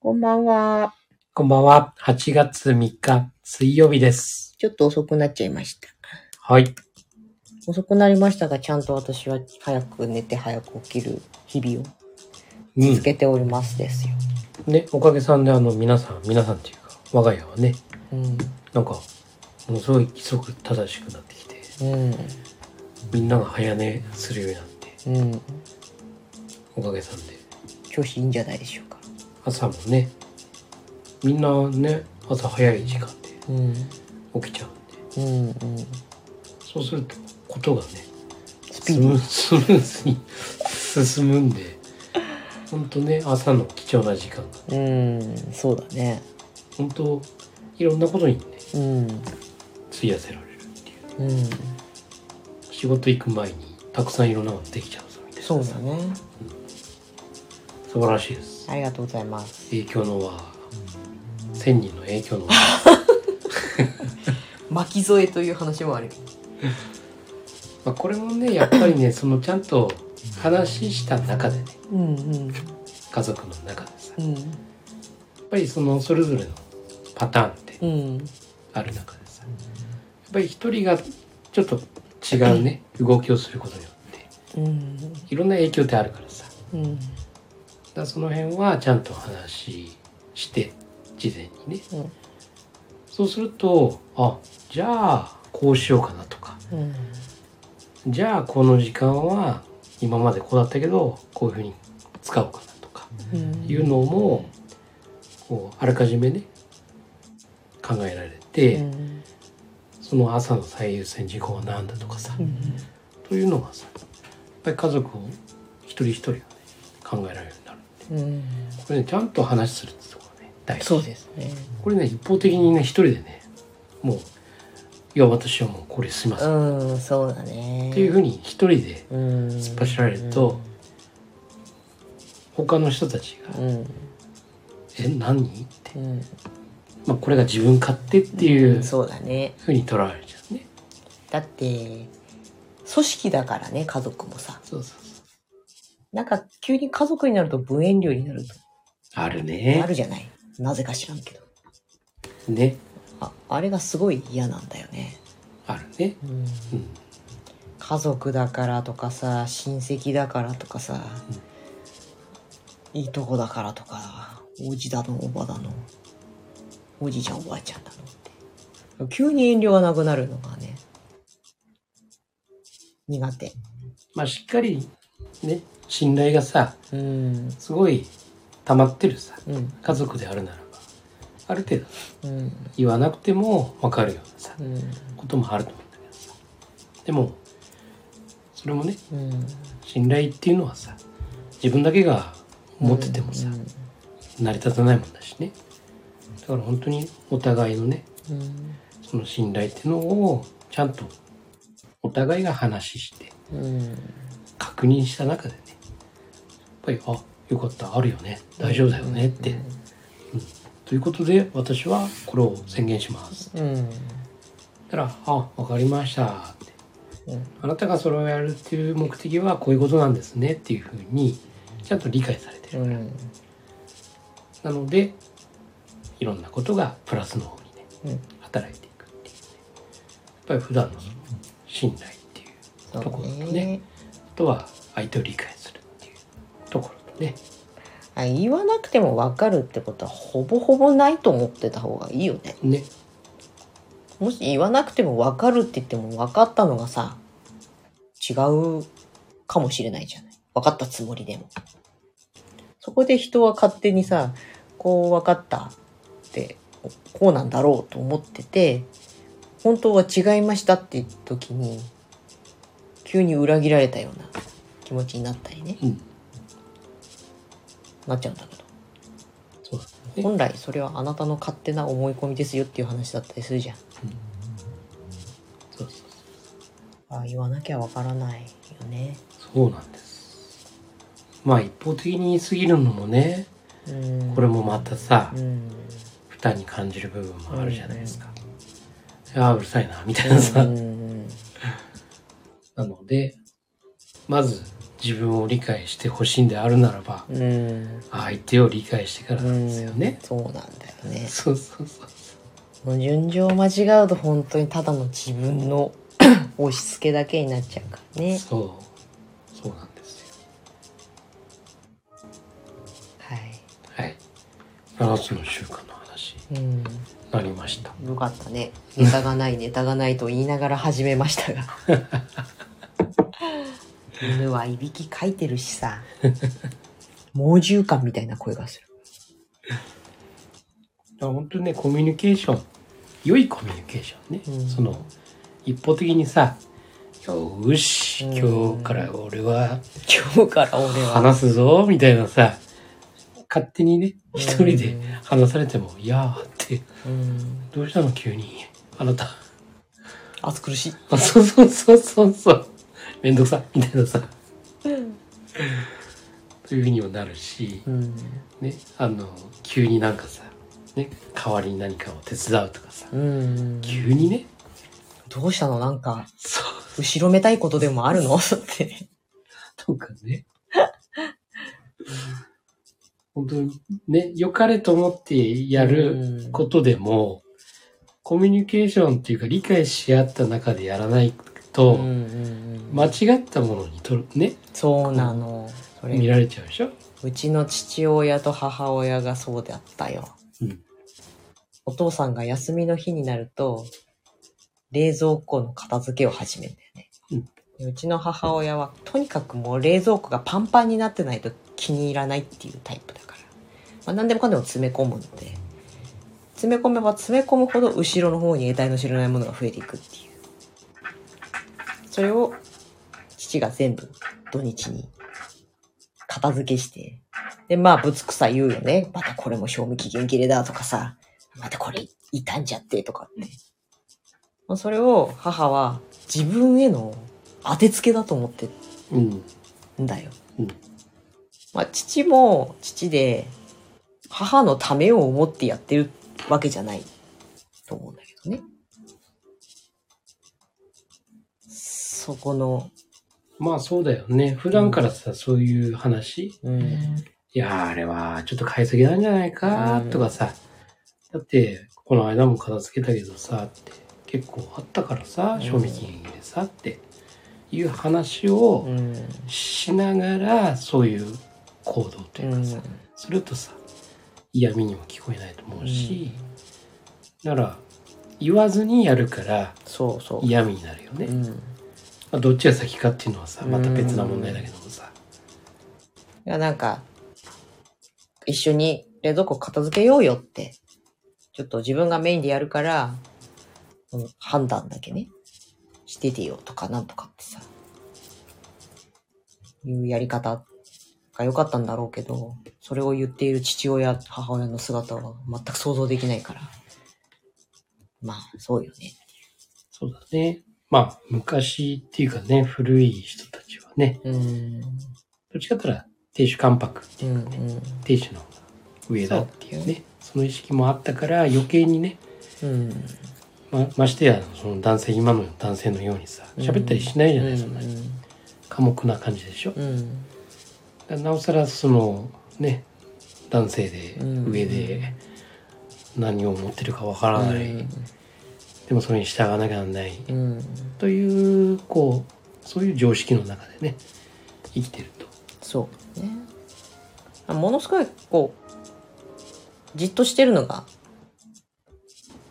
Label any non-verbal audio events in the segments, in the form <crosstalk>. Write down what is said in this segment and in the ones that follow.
こんばんは。こんばんは。8月3日、水曜日です。ちょっと遅くなっちゃいました。はい。遅くなりましたが、ちゃんと私は早く寝て早く起きる日々をう続ん。けておりますですよ。ね、おかげさんで、あの、皆さん、皆さんっていうか、我が家はね、うん。なんか、ものすごい規則正しくなってきて、うん。みんなが早寝するようになって、うん。おかげさんで。調子いいんじゃないでしょうか。朝もね、みんなね、朝早い時間でうん。起きちゃうんで、うん。うん。そうすると、ことがね、ススピームド。ースムーズに進むんで、ほんとね、朝の貴重な時間が、うん。そうだね。本当いろんなことにね、うん。費やせられるっていううん。仕事行く前にたくさんいろんなものできちゃうぞみたいなそうだね。素晴らしいですありがとうございます。影響の輪千人の影響の輪巻き添えという話もある。まあこれもねやっぱり <laughs> ねそのちゃんと話した中でねうんうん。家族の中でさうん。やっぱりそのそれぞれのパターンってうん。ある中でさやっぱり一人がちょっと違う <laughs> ね動きをすることによっうん。ていろんな影響ってあるからさうん。だからその辺はちゃんと話して事前にねうん。そうするとあじゃあこうしようかなとかうん。じゃあこの時間は今までこうだったけどこういうふうに使おうかなとかうん。いうのもこうあらかじめね考えられて、うん。その朝の最優先事項は何だとかさ、うん。というのがさやっぱり家族を一人一人をね考えられるようになるうん、これねちゃんと話するってところね大事そうですね。これね一方的にね一人でねもういや私はもうこれすいませんうん、そうだね。っていうふうに一人でうん、突突っ走られると、他の人たちがうん、 「え何?」って、うん、まあ、これが自分勝手っていうそうだね。ふうに取られちゃうねだって、組織だからね、家族もさ。そうそうそうなんか、急に家族になると無遠慮になるとあるあねるじゃない。なぜか知らんけど。ねあ、あれがすごい嫌なんだよね。あるねうん、うん家族だからとかさ、親戚だからとかさ、いいとこだからとか、おじだの、おばだの、おじいちゃん、おばあちゃんだのって。急に遠慮がなくなるのがね、苦手。まあしっかりね信頼がさうん、すごい溜まってるさうん、家族であるならばある程度うん、言わなくても分かるようなさうん、こともあると思うんだけどさでもそれもねうん。信頼っていうのはさ自分だけが持っててもさ、成り立たないもんだしねだから本当にお互いのねうん、その信頼っていうのをちゃんとお互いが話してうん、確認した中でねやっぱりあよかったあるよね大丈夫だよねって、ということで私はこれを宣言しますうん、だから「あわかりました」ってうん、あなたがそれをやるっていう目的はこういうことなんですねっていうふうにちゃんと理解されてるうん、なのでいろんなことがプラスの方にねうん、働いていくっていうねやっぱり普段のその信頼っていうそところとうねね。あとは相手を理解するっていうところとねあ言わなくても分かるってことはほぼほぼないと思ってた方がいいよねねもし言わなくても分かるって言っても分かったのがさ違うかもしれないじゃない分かったつもりでもそこで人は勝手にさこう分かったってこうなんだろうと思ってて本当は違いましたって言った時に急に裏切られたような気持ちになったりねうんなっちゃうんだけどそうだね本来それはあなたの勝手な思い込みですよっていう話だったりするじゃんそうそうああ言わなきゃわからないよねそうそうなんですまあ一方的に言い過ぎるのもねうんこれもまたさうん負担に感じる部分もあるじゃないですか、いやーうるさいなみたいなさ、うんなのでまず自分を理解してほしいんであるならばうん。相手を理解してからうなんんですよね。そうなんだよね。そうそうそうこの順序を間違うと本当にただの自分の押し付けだけになっちゃうからね。そうそうなんですよ。はい。はい。7つの習慣の話うん。になりました。よかったね。ネタがないネタがないと言いながら始めましたが。犬はいびきかいてるしさ。猛獣感みたいな声がする。だから本当にねコミュニケーション良いコミュニケーションね、うんその一方的にさ「よーしうん今日から俺は今日から俺は。話すぞ」みたいなさ勝手にねうん一人で話されても「いやー」ってうん。 「どうしたの急にあなた」暑苦しい。あ「そうそうそうそうそうめんどくさ」みたいなさというふうにもなるし、うん。ね、あの急になんかさ、ね、代わりに何かを手伝うとかさうん。急にねどうしたのなんか、そう後ろめたいことでもあるのって。とかね。本当にね、良かれと思ってやるうんことでも、コミュニケーションっていうか理解し合った中でやらないと、うんうんうん間違ったものにとる、ね、そうなの。そ見れ、られちゃうでしょ、うちの父親と母親がそうだったよ。うん、お父さんが休みの日になると、冷蔵庫の片付けを始めるんだよね。うちの母親は、とにかくもう冷蔵庫がパンパンになってないと気に入らないっていうタイプだから。まあ、何でもかんでも詰め込むんで、詰め込めば詰め込むほど後ろの方に得体の知らないものが増えていくっていう。それを、父が全部土日に片付けして、で、まあ、ぶつくさ言うよね。またこれも賞味期限切れだとかさ、またこれ傷んじゃってとかって。まあ、それを母は自分への当てつけだと思ってうん。んだよ。うんまあ、父も父で、母のためを思ってやってるわけじゃないと思うんだけどね。そこの、まあそうだよね。普段からさ、そういう話。うん、いやー、あれはちょっと買いすぎなんじゃないかうんとかさ。だって、この間も片付けたけどさ、って結構あったからう、さん賞味期限でさ、っていう話をうん、しながら、そういう行動といううかんさ、するとさ、嫌味にも聞こえないと思うし、だから、言わずにやるからそうそう。嫌味になるよね。うんまあどっちが先かっていうのはさ、また別な問題だけどもさ。いや、なんか、一緒に冷蔵庫片付けようよって、ちょっと自分がメインでやるから、うん、判断だけね、しててよとかなんとかってさ、いうやり方が良かったんだろうけど、それを言っている父親、母親の姿は全く想像できないから。まあ、そうよね。そうだね。まあ、昔っていうかね、古い人たちはね、うん。どっちかって言ったら、亭主関白、うんうん。亭主の方が上だっていうね、その意識もあったから、余計にね、うん。まましてや、その男性、今の男性のようにさ、喋ったりしないじゃない、そんなに。寡黙な感じでしょ。だうん。うん。からなおさら、その、ね、男性で、うん上で、何を思ってるかわからない、でもそれに従わなきゃならない、うん。という、こう、そういう常識の中でね、生きてると。そうねあものすごいこうじっとしてるのが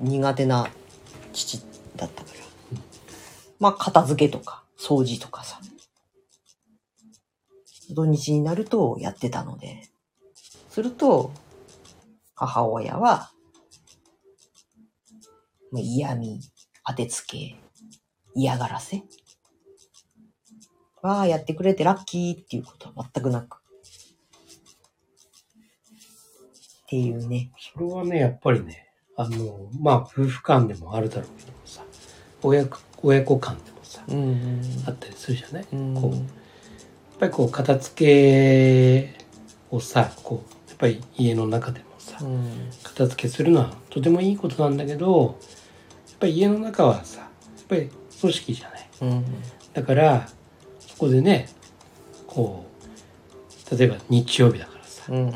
苦手な父だったからまあ片付けとか掃除とかさ土日になるとやってたのですると母親はまあ嫌味当てつけ嫌がらせわあ、やってくれてラッキーっていうことは全くなく。っていうね。それはね、やっぱりね、あの、まあ、夫婦間でもあるだろうけどもさ、親子親子間でもさ、うんあったりするじゃない、うんこう、やっぱりこう、片付けをさ、こう、やっぱり家の中でもさ、うん。片付けするのはとてもいいことなんだけど、やっぱり家の中はさ、やっぱり組織じゃない。うん。だから、そこでね、こう例えば日曜日だからさうん。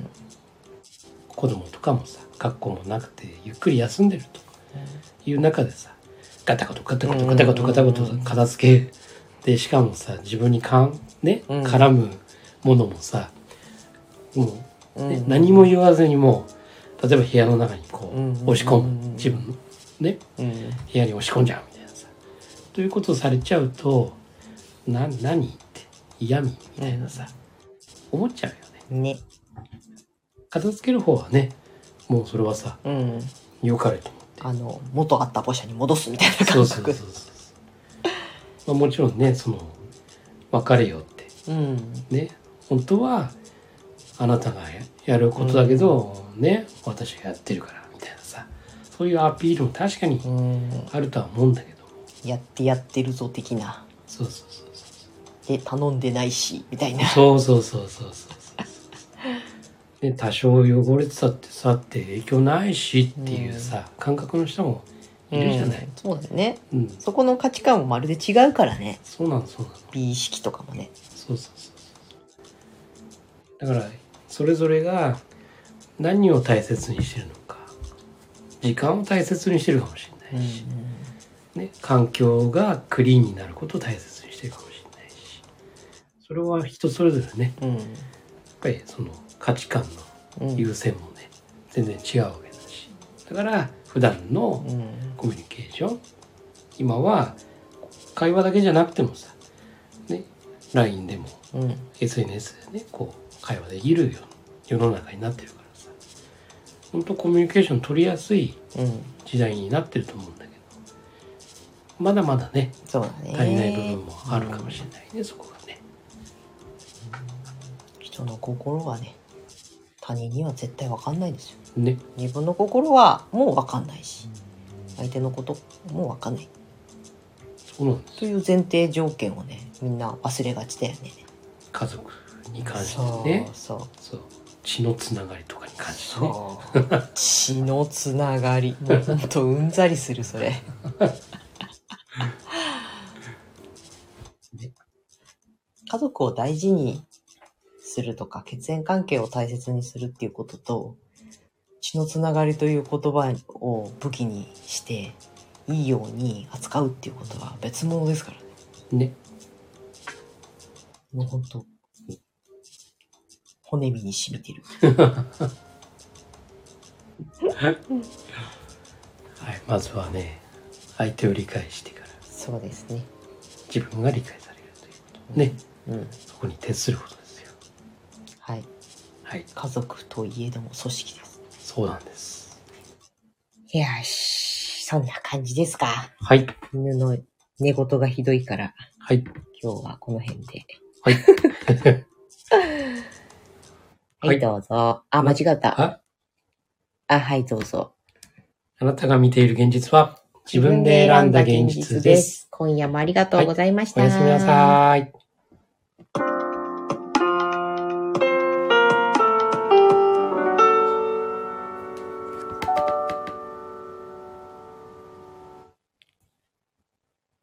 子供とかもさ学校もなくてゆっくり休んでるという中でさガタガタガタガタガタガタガタガタ片付けでしかもさ自分にかん、ね、うん絡むものもさもうう、んね何も言わずにもう例えば部屋の中にこうんう押し込うんむ自分のねうん。部屋に押し込んじゃうみたいなさということをされちゃうとな何って嫌味みたいなさ思っちゃうよね。ね。片付ける方はねもうそれはさうん。良かれと思ってあの、元あった母社に戻すみたいなそう感そうそう覚。そうそう、まあ、もちろんねその別れよってうん。ね本当はあなたがややることだけど、ね私がやってるからみたいなさそういうアピールも確かにうん。あるとは思うんだけどもやってやってるぞ的な。そうそうそうそうで、頼んでないし、みたいな。そうそうそうそうそうそうそう。ね、多少汚れてたってさって影響ないしっていうさ、感覚の人もいるじゃないうん。そうだよね。うん、そこの価値観もまるで違うからね。そうなのそうなの。美意識とかもね。そうそうそうそう。だからそれぞれが何を大切にしてるのか、時間を大切にしてるかもしれないし、ね、環境がクリーンになることを大切にしてるかもしれないし、それは人それぞれね、うん。うん。やっぱりその価値観のうん。優先もね全然違うわけだしだから普段のうんコミュニケーション今は会話だけじゃなくてもさ、ね、LINE でもうん。 SNS でねこう会話できるような世の中になってるからさほんとコミュニケーション取りやすいうん。時代になってると思うんだけどまだまだねそうだね。足りない部分もあるかもしれないね、そこがね人の心はね、他人には絶対わかんないですよ。ね自分の心はもうわかんないし、相手のこともわかんない。そうなんですという前提条件をね、みんな忘れがちだよね。家族に関してそう、ねそう。そう血のつながりとかに関してねそう。血のつながり。もうほんとうんざりする、 <laughs> それ。家族を大事にするとか、血縁関係を大切にするっていうことと、血のつながりという言葉を武器にして、いいように扱うっていうことは別物ですからね。ねもうほんと、骨身に染みてる。はいまずはね相手を理解してからそうですね。自分が理解されるということねうん。そこに徹することですよはい。はい家族といえども組織です。そうなんですよし、そんな感じですか。はい犬の寝言がひどいから、はい今日はこの辺で。はいははいい、どうぞ。あ、間違った。ああ、はい、どうぞ。あなたが見ている現実は自分で選んだ現実です。今夜もありがとうございました。おやすみなさい